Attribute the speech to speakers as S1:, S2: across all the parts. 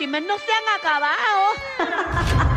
S1: chismes no se han acabado.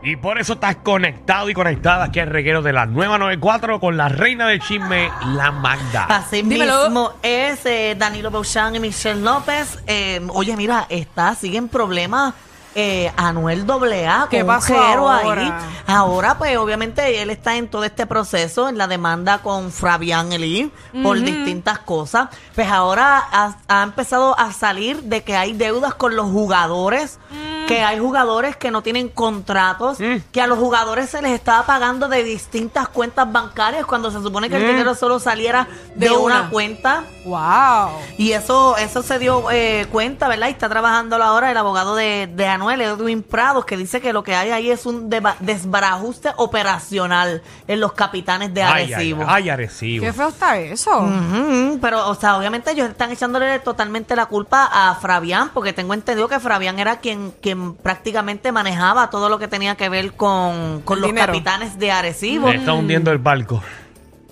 S2: Y por eso estás conectado y conectada aquí al reguero de la nueva 94 con la reina del chisme, la Magda.
S1: Así
S3: Dímelo.
S1: mismo es eh, Danilo Bouchan y Michelle López. Eh, oye, mira, está, siguen problemas. Eh, Anuel AA
S3: ¿Qué
S1: con un
S3: pasó
S1: jero ahí.
S3: ahora?
S1: Ahora, pues, obviamente, él está en todo este proceso, en la demanda con Fabián Elí por distintas cosas. Pues ahora ha, ha empezado a salir de que hay deudas con los jugadores,
S3: Mm.
S1: que hay jugadores que no tienen contratos, que a los jugadores se les estaba pagando de distintas cuentas bancarias cuando se supone que el dinero solo saliera de,
S3: De
S1: una.
S3: una.
S1: cuenta.
S3: Wow.
S1: Y eso, eso se dio eh, cuenta, ¿verdad? Y está trabajando ahora el abogado de, de Anuel, Edwin Prados, que dice que lo que hay ahí es un deba- desbarajuste operacional en los capitanes de
S2: Ay,
S1: Arecibo.
S2: Ay, ay, Arecibo.
S3: Qué feo está eso.
S1: Mm. Ujú, Pero, o sea, obviamente ellos están echándole totalmente la culpa a Fabián, porque tengo entendido que Fabián era quien, quien prácticamente manejaba todo lo que tenía que ver con, con
S3: El
S1: los
S3: dinero.
S1: capitanes de Arecibo.
S2: Le está hundiendo el barco.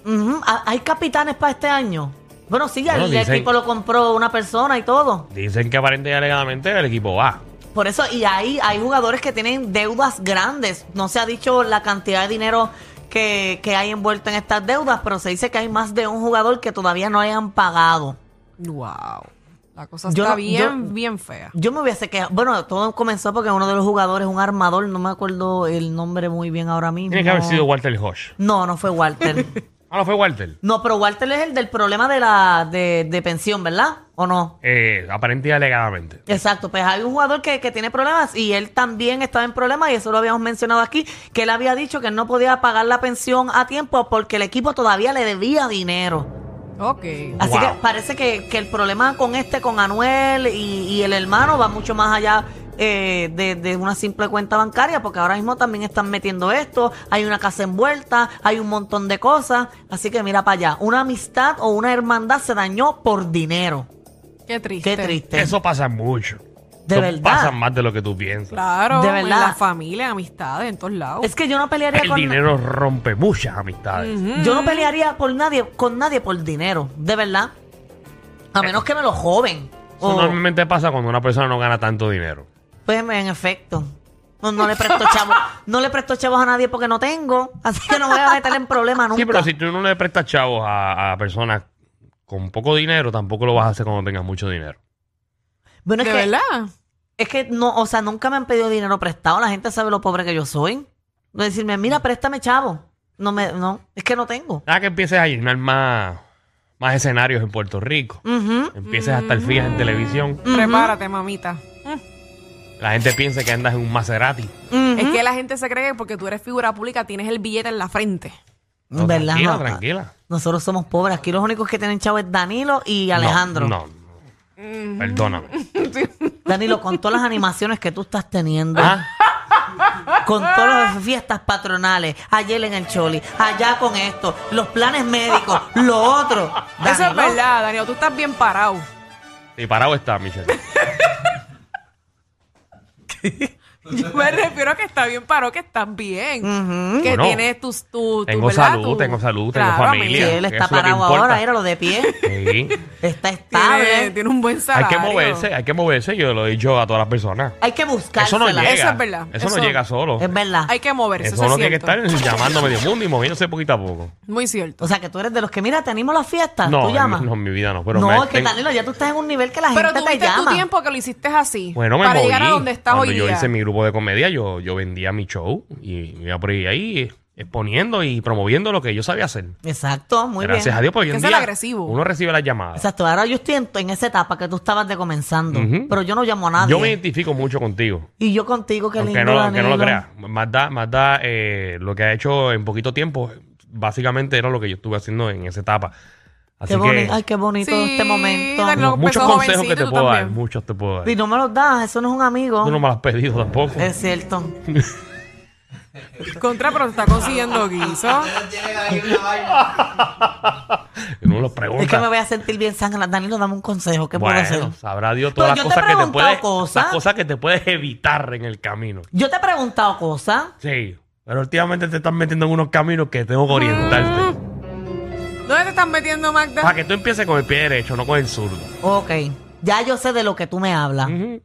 S1: Ujú, ¿ha- ¿Hay capitanes para este año? Bueno, sí,
S2: Bueno,
S1: el
S2: dicen-
S1: equipo lo compró una persona y todo.
S2: Dicen que aparentemente y alegadamente el equipo va.
S1: Por eso, y hay, hay jugadores que tienen deudas grandes. No se ha dicho la cantidad de dinero que, que hay envuelto en estas deudas, pero se dice que hay más de un jugador que todavía no hayan pagado.
S3: Wow. La cosa
S1: Yo
S3: está
S1: no-
S3: bien,
S1: yo-
S3: bien fea.
S1: Yo me hubiese quejado. Bueno, todo comenzó porque uno de los jugadores, un armador, no me acuerdo el nombre muy bien ahora mismo.
S2: Tiene que haber sido Walter Hodge.
S1: No, no fue Walter.
S2: Ah, no fue Walter.
S1: no, pero Walter es el del problema de la de, de pensión, ¿verdad? ¿O no?
S2: Eh, aparente y alegadamente.
S1: Exacto, pues hay un jugador que, que tiene problemas y él también estaba en problemas y eso lo habíamos mencionado aquí, que él había dicho que él no podía pagar la pensión a tiempo porque el equipo todavía le debía dinero.
S3: Ok.
S1: Así
S2: Wow.
S1: que parece que, que el problema con este, con Anuel y, y el hermano va mucho más allá eh, de, de una simple cuenta bancaria porque ahora mismo también están metiendo esto, hay una casa envuelta, hay un montón de cosas, así que mira para allá, una amistad o una hermandad se dañó por dinero.
S3: Qué triste.
S1: Qué triste.
S2: Eso pasa mucho.
S1: De
S2: Eso
S1: verdad.
S2: Pasa más de lo que tú piensas.
S3: Claro.
S1: De verdad.
S3: En la familia, en amistades, en todos lados.
S1: Es que yo no pelearía
S2: El
S1: con...
S2: dinero rompe muchas amistades.
S1: Yo
S3: Mm.
S1: no pelearía por nadie, con nadie por dinero, de verdad. A menos que me lo joven.
S2: Eso
S1: O-
S2: normalmente pasa cuando una persona no gana tanto dinero.
S1: pues en efecto. No, no le presto chavos. No le presto chavos a nadie porque no tengo. Así que no voy a meter en problemas nunca.
S2: Sí, pero si tú no le prestas chavos a, a personas con poco dinero, tampoco lo vas a hacer cuando tengas mucho dinero.
S1: Bueno, es
S3: de
S1: que,
S3: verdad.
S1: es que no, o sea, nunca me han pedido dinero prestado. La gente sabe lo pobre que yo soy. No Decirme, mira, préstame chavo. No me, no, es que no tengo.
S2: Nada que empieces a llenar más, más escenarios en Puerto Rico.
S1: Ujú.
S2: Empieces a
S1: Mm.
S2: estar fijas en televisión.
S3: Prepárate, mamita.
S2: La gente piensa que andas en un Maserati.
S3: Es que la gente se cree que porque tú eres figura pública tienes el billete en la frente.
S2: No,
S1: ¿Verdad?
S2: Tranquila,
S1: No,
S2: tranquila.
S1: Nosotros somos pobres. Aquí los únicos que tienen chavo es Danilo y
S2: No,
S1: Alejandro.
S2: No, no. Perdóname.
S1: Danilo, con todas las animaciones que tú estás teniendo.
S2: Ah,
S3: Ah.
S1: con todas las fiestas patronales, ayer en el Choli, allá con esto, los planes médicos, lo otro.
S3: Eso es
S1: Danilo,
S3: verdad, Daniel. Tú estás bien parado.
S2: Y parado está, Michelle.
S3: Yo me refiero a que está bien parado, que estás bien. Que
S2: Bueno,
S3: tienes tus... Tu, tu,
S2: tengo
S3: ¿verdad?
S2: salud,
S3: Tu-
S2: tengo salud, tengo
S3: Claro,
S2: familia.
S1: que
S3: amiga.
S1: él está
S2: Eso es lo que
S1: parado
S2: importa.
S1: ahora, era lo de pie,
S2: Sí.
S1: está
S3: Tiene,
S1: estable.
S3: tiene un buen
S2: Hay
S3: salario.
S2: que moverse, hay que moverse. Yo lo he dicho a todas las personas.
S1: Hay que buscársela.
S2: Eso no llega.
S3: Eso es verdad.
S2: Eso,
S3: Eso-
S2: no llega solo.
S1: Es verdad.
S3: Hay que moverse, eso,
S2: Eso no
S3: es
S2: tiene que
S3: cierto.
S2: estar llamando a medio mundo y moviéndose poquito a poco.
S3: Muy cierto.
S1: O sea, que tú eres de los que, mira, tenemos las fiestas,
S2: No,
S1: Ah, tú llamas.
S2: no, en mi vida no. Pero
S1: no,
S2: me-
S1: es que
S2: tengo-
S1: Danilo, ya tú estás en un nivel que la
S3: Pero
S1: gente te
S3: tuviste tu
S1: llama.
S3: tiempo que lo hiciste así.
S2: Bueno, me
S3: para
S2: moví.
S3: llegar a donde estás
S2: Cuando
S3: hoy
S2: yo
S3: comedia.
S2: hice mi grupo de comedia, yo, yo vendía mi show y me iba por ahí, ahí exponiendo y promoviendo lo que yo sabía hacer.
S1: Exacto, muy
S2: Gracias
S1: bien.
S2: a Dios, porque hoy
S3: Que
S2: en
S3: sea el
S2: día
S3: agresivo.
S2: uno recibe las llamadas.
S1: Exacto, ahora yo estoy en, en esa etapa que tú estabas de comenzando, pero yo no llamo a nadie.
S2: Yo me identifico mucho contigo.
S1: Y yo contigo, qué
S2: aunque
S1: lindo,
S2: no, aunque no lo
S1: Danilo.
S2: creas. Más da, más da eh, lo que ha hecho en poquito tiempo, básicamente era lo que yo estuve haciendo en esa etapa. Así
S1: Qué boni-
S2: que
S1: Ay, qué bonito
S3: Sí,
S1: este momento.
S3: Danilo. No,
S2: muchos
S3: empezó
S2: consejos que
S3: jovencito
S2: te
S3: tú
S2: puedo dar,
S3: también.
S2: muchos te puedo dar.
S1: Y no me lo das, eso no es un amigo.
S2: Tú no me lo has pedido tampoco.
S1: Es cierto.
S3: Contra, pero está consiguiendo guiso.
S2: Uno lo pregunta.
S1: Es que me voy a sentir bien sangrada. Danilo, dame un consejo, ¿qué
S2: bueno,
S1: puedo hacer?
S2: sabrá Dios
S1: Pero
S2: todas
S1: yo
S2: las
S1: te
S2: cosas
S1: he
S2: que te
S1: preguntado
S2: puedes,
S1: cosas.
S2: las cosas que te puedes evitar en el camino.
S1: Yo te he preguntado cosas.
S2: Sí, pero últimamente te estás metiendo en unos caminos que tengo que orientarte.
S1: Mm,
S3: ¿Dónde te estás metiendo,
S2: Para
S3: Magda?
S2: Ah, que tú empieces con el pie derecho, no con el zurdo.
S1: Ok, ya yo sé de lo que tú me hablas.
S2: Ujú.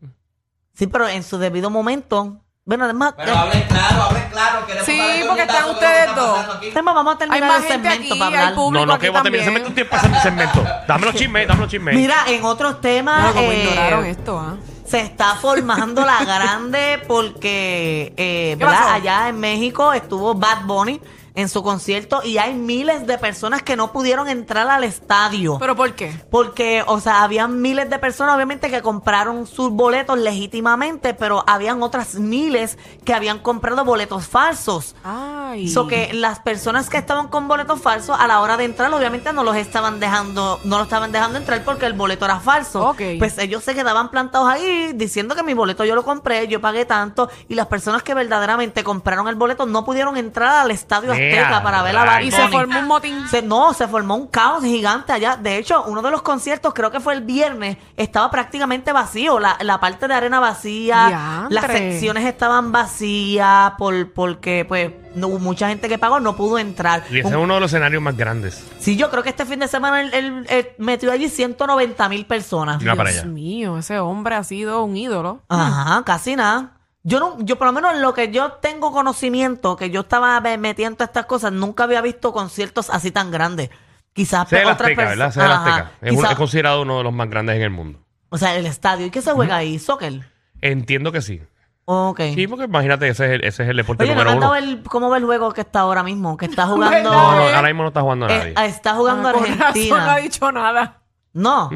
S1: Sí, pero en su debido momento. Bueno, además,
S4: Pero hablen claro, hablen claro. queremos
S3: Sí,
S4: saber qué
S3: porque están
S4: puñetazo es lo que
S3: ustedes
S4: está
S3: dos.
S4: pasando aquí.
S1: eh, vamos a
S3: Hay
S1: terminar
S3: más
S1: el
S3: gente
S1: segmento
S3: aquí,
S1: para
S3: hay
S1: hablar.
S3: público
S2: No, no,
S3: aquí
S2: que vos terminas. Se
S3: también.
S2: mete un tiempo en mi segmento. Dame los chismes, dame los chismes.
S1: Mira, en otros temas
S3: Claro, como
S1: eh,
S3: Ah, ignoraron esto, ¿ah?
S1: se está formando la grande porque eh,
S3: ¿Qué
S1: ¿verdad?
S3: pasó?
S1: allá en México estuvo Bad Bunny en su concierto y hay miles de personas que no pudieron entrar al estadio.
S3: ¿Pero por qué?
S1: Porque, o sea, habían miles de personas, obviamente, que compraron sus boletos legítimamente, pero habían otras miles que habían comprado boletos falsos.
S3: Ay.
S1: So que las personas que estaban con boletos falsos a la hora de entrar, obviamente no los estaban dejando, no los estaban dejando entrar porque el boleto era falso.
S3: Ok.
S1: Pues ellos se quedaban plantados ahí diciendo que mi boleto yo lo compré, yo pagué tanto, y las personas que verdaderamente compraron el boleto no pudieron entrar al estadio
S2: Ea,
S1: Azteca para ver a Bad
S2: rayos.
S3: Y se
S1: Bunny.
S3: formó un motín.
S1: Se- no, se formó un caos gigante allá. De hecho, uno de los conciertos, creo que fue el viernes, estaba prácticamente vacío. La, la parte de arena vacía,
S3: Diantre.
S1: las secciones estaban vacías por, porque pues no, hubo mucha gente que pagó no pudo entrar.
S2: Y ese es
S1: Un-
S2: uno de los escenarios más grandes.
S1: Sí, yo creo que este fin de semana él, él- él metió allí 190 mil personas.
S2: Mira para allá.
S3: Dios mío, ese hombre ha sido un ídolo.
S1: Ajá, casi nada. Yo no, yo por lo menos lo que yo tengo conocimiento, que yo estaba ve- metiendo estas cosas, nunca había visto conciertos así tan grandes. Quizás
S2: Sea el
S1: otras
S2: Azteca,
S1: perso-
S2: ¿verdad? Sea el
S1: Ajá.
S2: Azteca. Es, uno-
S1: Quizás-
S2: es considerado uno de los más grandes en el mundo.
S1: O sea, el estadio. ¿Y qué se juega ahí? ¿Soccer?
S2: Entiendo que sí.
S1: Ok.
S2: Sí, porque imagínate, ese es el, ese es el deporte
S1: Oye, ¿no me
S2: número
S1: han dado
S2: uno.
S1: el, cómo va el juego que está ahora mismo? Que está jugando...
S2: No, no, ahora mismo no está jugando nadie.
S1: eh, está jugando
S3: Ah, con razón no ha
S1: Argentina.
S3: dicho nada.
S1: No.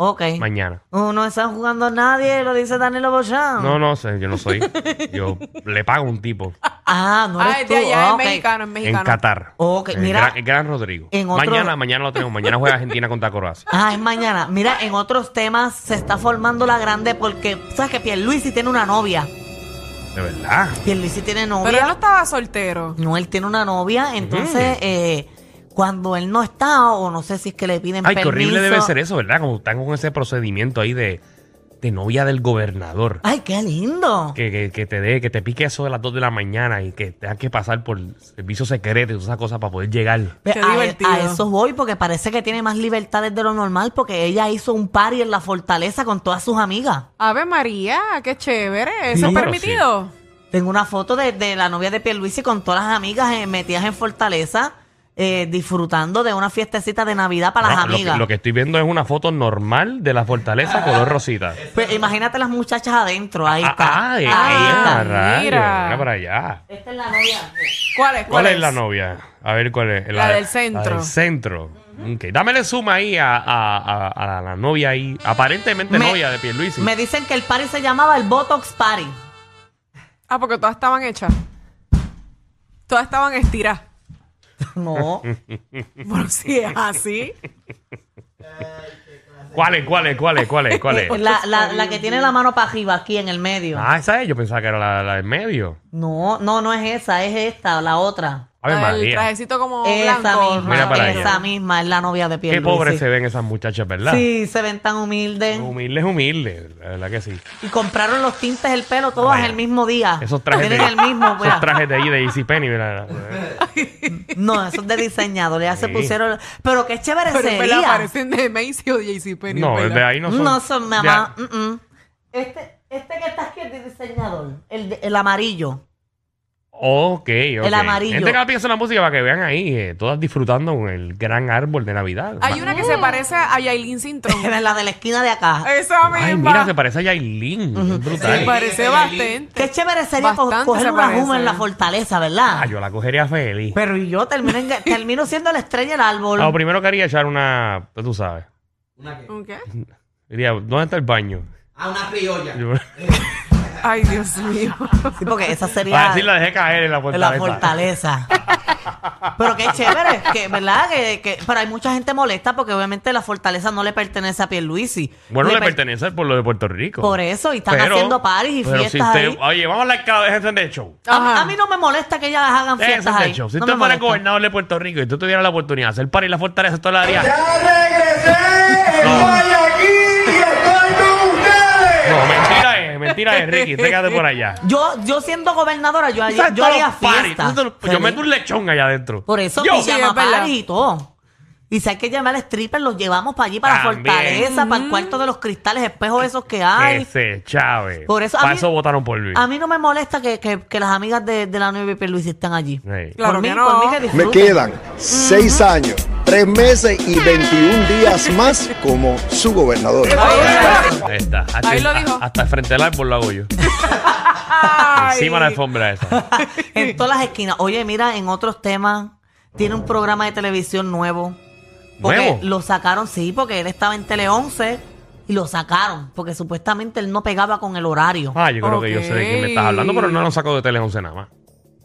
S1: Ok.
S2: Mañana.
S1: Oh, no están jugando a nadie, lo dice Danilo Bochán.
S2: No, no, sé, yo no soy. Yo le pago a un tipo
S1: Ah, no eres
S3: Ay,
S1: tú.
S3: ya, ya,
S1: Ah,
S3: es
S1: ok.
S3: mexicano, es
S2: en
S3: mexicano.
S2: Qatar.
S1: Ok,
S2: El
S1: mira.
S2: gran, el gran Rodrigo.
S1: En otro-
S2: Mañana, mañana lo tenemos. Mañana juega Argentina contra Croacia.
S1: Ah, es mañana. Mira, en otros temas se está formando la grande porque, ¿sabes que Pierluisi tiene una novia.
S2: De verdad.
S1: Pierluisi tiene
S3: Pero él no
S1: novia.
S3: estaba soltero.
S1: No, él tiene una novia, entonces... eh, cuando él no está, o no sé si es que le piden
S2: Ay,
S1: permiso.
S2: qué horrible debe ser eso, ¿verdad? Como están con ese procedimiento ahí de, de novia del gobernador.
S1: Ay, qué lindo.
S2: Que, que- que te dé, que te pique eso de las 2 de la mañana y que tengas que pasar por servicio secreto y todas esas cosas para poder llegar.
S1: Ve,
S3: Qué
S1: a,
S3: divertido.
S1: a eso voy porque parece que tiene más libertades de lo normal porque ella hizo un party en la fortaleza con todas sus amigas.
S3: Ave María, qué chévere. ¿Eso
S2: Sí,
S3: es
S2: pero
S3: permitido?
S1: Tengo una foto de, de la novia de Pierluisi con todas las amigas eh, metidas en fortaleza eh, disfrutando de una fiestecita de Navidad para las
S2: No, Ah, lo, que,
S1: amigas.
S2: lo que estoy viendo es una foto normal de la fortaleza color rosita.
S1: Pues, imagínate las muchachas adentro, ahí
S2: Ah,
S1: está.
S2: ah,
S1: ahí
S2: eh,
S1: está.
S2: ah, rayos,
S3: mira.
S2: mira para allá.
S1: Esta es la novia.
S3: ¿Cuál es?
S2: ¿Cuál es la novia? A ver cuál es.
S3: La del centro.
S2: La del centro. Ok, Dámele suma ahí a, a- a- a la novia ahí. Aparentemente
S1: Me-
S2: novia de Pierluisi.
S1: Me dicen que el party se llamaba el Botox Party.
S3: Ah, porque todas estaban hechas. Todas estaban estiradas.
S1: No. Eh,
S3: Bueno, si es así.
S2: ¿Cuál es? ¿Cuál es? ¿Cuál es? ¿Cuál es? ¿Cuál es?
S1: la, la- la que tiene la mano para arriba aquí en el medio.
S2: Ah, esa es. Yo pensaba que era la, la del medio.
S1: No, no, no es esa, es esta, la otra.
S2: A ver,
S3: el
S2: María.
S3: trajecito como
S1: Esa
S3: Oh, blanco.
S1: misma,
S2: Mira para
S1: esa
S2: allá.
S1: misma es la novia de
S2: Qué
S1: Pierluisi.
S2: pobres se ven esas muchachas, ¿verdad? Oh.
S1: Sí, se ven tan humildes.
S2: Humildes, humildes. La verdad que sí.
S1: Y compraron los tintes del pelo todos
S2: Vaya.
S1: el mismo día.
S2: Esos trajes de,
S1: Tienen el mismo,
S2: esos
S1: mira.
S2: trajes de ahí de Easy Penny. mira, mira.
S1: No, esos de diseñadores ya se
S2: Sí.
S1: pusieron. Pero qué chévere
S3: Pero en verdad
S1: sería.
S3: parecen de Macy o JCPenney.
S2: No,
S3: ¿verdad?
S2: de ahí no son.
S1: No son,
S2: de-
S1: mamá. mm, mm. Este, este que está aquí es de diseñador, el, de- el amarillo.
S2: Ok, ok.
S1: El amarillo.
S2: Gente que la piensa en la música para que vean ahí, eh, todas disfrutando con el gran árbol de Navidad.
S3: Hay una que se parece a Yailin Sintrón.
S1: la de la esquina de acá.
S3: Esa misma.
S2: Ay, mira, se parece a Yailin. Es brutal.
S3: Se parece bastante.
S1: Qué chévere sería co-
S3: Bastante
S1: coger
S3: se
S1: una
S3: parece.
S1: Juma en la fortaleza, ¿verdad?
S2: Ah, yo la cogería feliz. Ah,
S1: Pero y yo termino, en- termino siendo la estrella del árbol.
S2: Lo primero que haría es echar una. pues Tú sabes.
S4: Una que.
S3: ¿Qué?
S2: Diría, ¿dónde está el baño?
S4: Ah, una criolla.
S2: Yo-
S3: Ay, Dios mío.
S1: Sí, porque esa
S2: Para
S1: sería
S2: decir, la dejé caer en la
S1: en
S2: fortaleza.
S1: la fortaleza. pero qué chévere, que, ¿verdad? Que, que- pero hay mucha gente molesta porque obviamente la fortaleza no le pertenece a Pierluisi.
S2: Bueno, le
S1: per-
S2: pertenece al pueblo de Puerto Rico.
S1: Por eso, y están haciendo paris y
S2: pero si
S1: fiestas
S2: usted-
S1: ahí.
S2: Oye, vamos a la escala, déjense de show.
S1: A,
S3: Ajá.
S1: a mí no me molesta que ellas hagan
S2: Déjense
S1: fiestas
S2: de
S1: ahí.
S2: show. Si
S1: No
S2: usted fuera
S1: me molesta.
S2: gobernador de Puerto Rico y usted tuviera la oportunidad de hacer paris en la fortaleza, esto lo haría.
S5: ¡Ya regresé! ¡Estoy aquí y estoy con ustedes!
S2: No, mentira es, mentira es, Ricky. Usted quédate por allá.
S1: Yo, yo siendo gobernadora, yo, haría-
S2: ¿Sabes
S1: yo
S2: todos
S1: haría
S2: los paris?
S1: fiestas.
S2: Nosotros- Yo
S1: Feliz.
S2: meto un lechón allá adentro.
S1: Por eso
S2: Yo.
S3: sí,
S1: pijama
S3: es verdad.
S1: party y todo. Y si hay que llamar al stripper, los llevamos para allí, para la
S2: También.
S1: fortaleza, para el cuarto de los cristales, espejos esos que hay.
S2: Ese Chávez.
S1: Por eso, a
S2: Para
S1: mí-
S2: eso votaron por Luis.
S1: A mí no me molesta que, que- que las amigas de, de la 9 Luis estén allí.
S2: Sí.
S3: Claro
S1: por mí,
S3: que no.
S1: por mí que
S6: Me
S1: disfruten.
S6: quedan seis años, tres meses y 21 días más como su gobernador.
S2: Ahí está. Hasta,
S3: Ahí lo dijo.
S2: Hasta el frente del árbol lo hago yo.
S3: Ay.
S2: Encima de la alfombra esa.
S1: En todas las esquinas. Oye, mira, en otros temas, tiene un programa de televisión nuevo. Porque
S2: ¿Nuevo?
S1: lo sacaron, sí, porque él estaba en Tele 11 y lo sacaron, porque supuestamente él no pegaba con el horario.
S2: Ah, yo creo que yo sé de quién me estás hablando, pero no lo saco de Tele 11 nada más.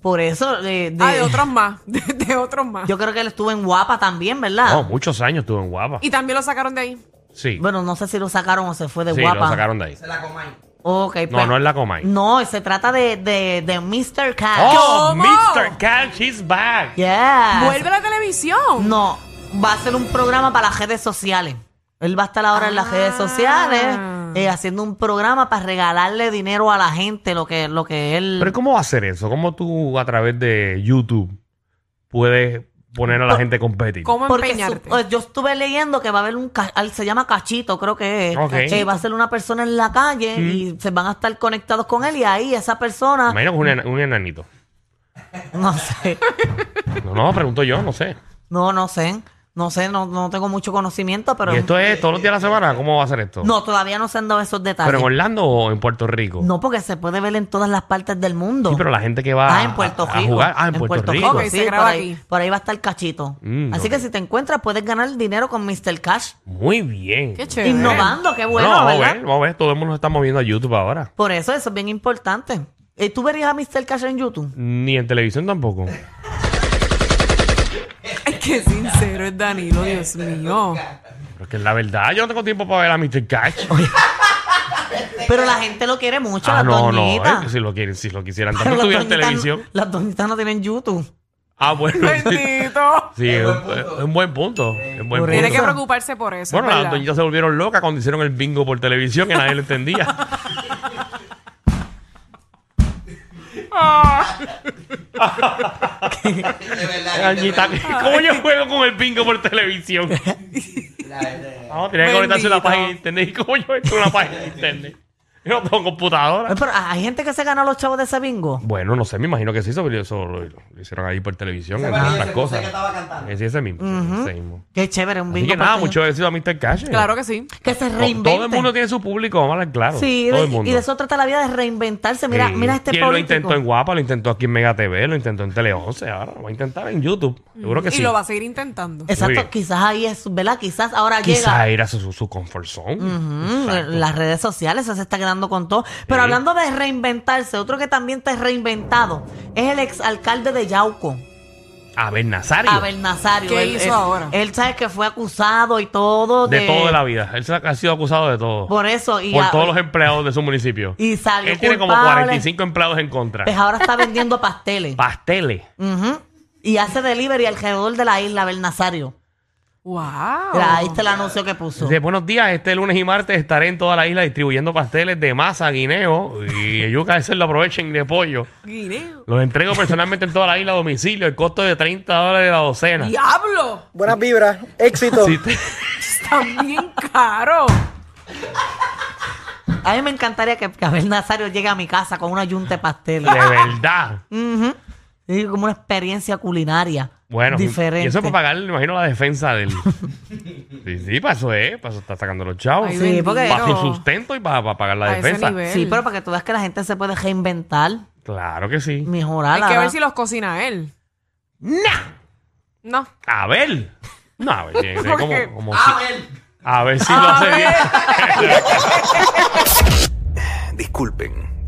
S1: Por eso, de, de-
S3: Ah, de otros más. De, de otros más.
S1: yo creo que él estuvo en Guapa también, ¿verdad?
S2: No, muchos años estuve en Guapa.
S3: Y también lo sacaron de ahí.
S2: Sí.
S1: Ah. Bueno, no sé si lo sacaron o se fue de
S2: Sí,
S1: guapa.
S2: lo sacaron de ahí.
S4: Se la comáis.
S1: Ok,
S2: No, no es la Comay.
S1: No, se trata de, de, de Mr. Cat.
S2: ¡Oh!
S3: ¿Cómo?
S2: ¡Mr. Cat, she's back!
S1: Yes.
S3: Vuelve a la televisión.
S1: Ah, No, va a ser un programa para las redes sociales. Él va a estar ahora en las
S3: Ah.
S1: redes sociales eh, haciendo un programa para regalarle dinero a la gente, lo que, lo que él...
S2: Pero ¿cómo va a ser eso? ¿Cómo tú a través de YouTube puedes poner a la gente a competir?
S3: ¿Cómo
S1: Porque
S3: empeñarte?
S1: su- eh, yo estuve leyendo que va a haber un... ca- al- se llama Cachito, creo que es.
S2: Ok. Mm.
S1: Eh, va a ser una persona en la calle y se van a estar conectados con él y ahí esa persona...
S2: Imagino que un, ena- un enanito.
S1: No sé.
S2: No, no, pregunto yo, no sé.
S1: No, no sé. No sé, no, no tengo mucho conocimiento, pero...
S2: ¿Y
S1: eh,
S2: esto es todos los días de la semana? ¿Cómo va a ser esto?
S1: No, todavía no se han dado esos
S2: ¿Pero
S1: detalles.
S2: en Orlando o en Puerto Rico?
S1: No, porque se puede ver en todas las partes del mundo.
S2: Sí, pero la gente que va
S1: ah, en Puerto
S2: a- a
S1: Rico.
S2: jugar. Ah, en Puerto, Rico.
S3: Ok, se
S1: sí,
S3: graba
S1: por ahí,
S3: aquí.
S1: por ahí va a estar cachito.
S2: Mm,
S1: Así
S2: ok.
S1: que si te encuentras, puedes ganar dinero con Mr. Cash.
S2: Muy bien.
S3: Qué chévere.
S1: Innovando, qué bueno,
S2: vamos a
S1: ¿verdad?
S2: ver, vamos a ver. Todo el mundo se está moviendo a YouTube ahora.
S1: Por eso, eso es bien importante. Eh, ¿Tú verías a Mr. Cash en YouTube?
S2: Ni en televisión tampoco.
S3: Ay, qué sincero es Danilo, Dios mío.
S2: Pero es que es la verdad, yo no tengo tiempo para ver a Mr. Catch.
S1: Pero la gente lo quiere mucho,
S2: ah,
S1: las
S2: no,
S1: doñitas.
S2: no. eh, si, lo quieren, si lo quisieran,
S1: Pero
S2: también
S1: las
S2: tuvieran
S1: doñitas-
S2: televisión.
S1: Las doñitas no tienen YouTube.
S2: Ah, bueno. sí.
S3: Bendito.
S2: Sí, es un- es un buen punto. Es un buen
S1: Por
S3: Tiene
S2: punto.
S3: que
S1: eso.
S3: preocuparse por eso.
S2: Bueno,
S3: es
S2: las
S3: verdad.
S2: doñitas se volvieron locas cuando hicieron el bingo por televisión, que nadie lo entendía.
S4: De verdad. que te
S2: Doñita, ¿Cómo yo juego con el bingo por televisión?
S4: La verdad.
S2: No, tenía que conectarse a la
S3: Bendito.
S2: página de internet. ¿Y cómo yo entro a una página de internet? Yo no tengo
S1: Eh,
S2: computadora.
S1: Pero hay gente que se gana los chavos de ese bingo.
S2: Bueno, no sé, me imagino que sí, eso, eso lo, lo hicieron ahí por televisión,
S4: Ese
S2: entre
S4: parece
S2: otras
S4: que
S2: cosas.
S4: usted que estaba cantando.
S2: Es ese mismo. Ese mismo.
S1: Qué chévere, un
S2: Así
S1: bingo.
S2: que nada,
S1: pequeño.
S2: mucho éxito a Mr. Cash.
S3: Claro que sí.
S1: Que se
S2: To-
S1: reinventen.
S2: Todo el mundo tiene su público, vamos a hablar claro.
S1: Sí,
S2: Oh, todo
S1: de-
S2: el mundo.
S1: y de eso trata la vida, de reinventarse. Mira,
S2: Sí.
S1: mira este
S2: ¿Quién lo
S1: político.
S2: intentó en Guapa, lo intentó aquí en Mega TV, lo intentó en Tele 11, ahora lo va a intentar en YouTube. Seguro que
S3: Y
S2: sí.
S3: lo va a seguir intentando.
S2: Muy
S1: Exacto,
S2: bien.
S1: quizás ahí es, ¿verdad? Quizás ahora
S2: Quizá
S1: llega
S2: ir a su, su confort zone.
S1: Ujú,
S2: Exacto.
S1: las redes sociales, eso se está quedando con todo. Pero
S2: Sí.
S1: hablando de reinventarse, otro que también está reinventado es el exalcalde de Yauco,
S2: Abel Nazario.
S1: Abel Nazario.
S3: ¿Qué
S1: Él-
S3: hizo
S1: él-
S3: ahora?
S1: Él sabe que fue acusado y todo de,
S2: De todo de la vida. Él se ha ha sido acusado de todo.
S1: Por eso y
S2: Por
S1: a-
S2: todos los empleados de su municipio.
S1: y salió
S2: Él tiene como
S1: culpable.
S2: 45 empleados en contra.
S1: Pues ahora está vendiendo pasteles.
S2: Pasteles.
S1: Ujú. Y hace delivery alrededor de la isla Abel Nazario.
S3: Wow.
S2: Ah,
S1: Mira,
S2: oh,
S1: Ahí está el anuncio que puso.
S2: Dice, buenos días, este lunes y martes estaré en toda la isla distribuyendo pasteles de masa, guineo y yuca, ese lo aprovechen de pollo.
S3: Guineo.
S2: Los entrego personalmente en toda la isla a domicilio, el costo de 30 dólares la docena.
S3: ¡Diablo!
S6: Buenas vibras, éxito.
S2: Si te-
S1: Ah,
S3: Están bien caro.
S1: A mí me encantaría que, que Abel Nazario llegue a mi casa con una yunta de pastel.
S2: De verdad.
S1: Ujú. Y como una experiencia culinaria.
S2: Bueno,
S1: diferente.
S2: y eso para pagar, me imagino, la defensa del. sí, sí, para eso es, para eso está sacando los chavos.
S3: Ay,
S1: Sí, porque-
S2: para su
S3: bendito.
S2: sustento y para, para pagar la
S3: A ese
S2: defensa.
S3: nivel.
S1: Sí, pero para que tú veas que la gente se puede reinventar,
S2: Claro que sí.
S1: mejorar.
S3: Hay que
S1: ahora.
S3: ver si los cocina él.
S2: ¡Nah!
S3: No.
S2: A ver. No, a ver, tiene que ser
S3: ¿Por
S2: como,
S3: qué?
S2: como si-
S4: A ver.
S2: a ver si lo hace bien.
S7: Disculpen,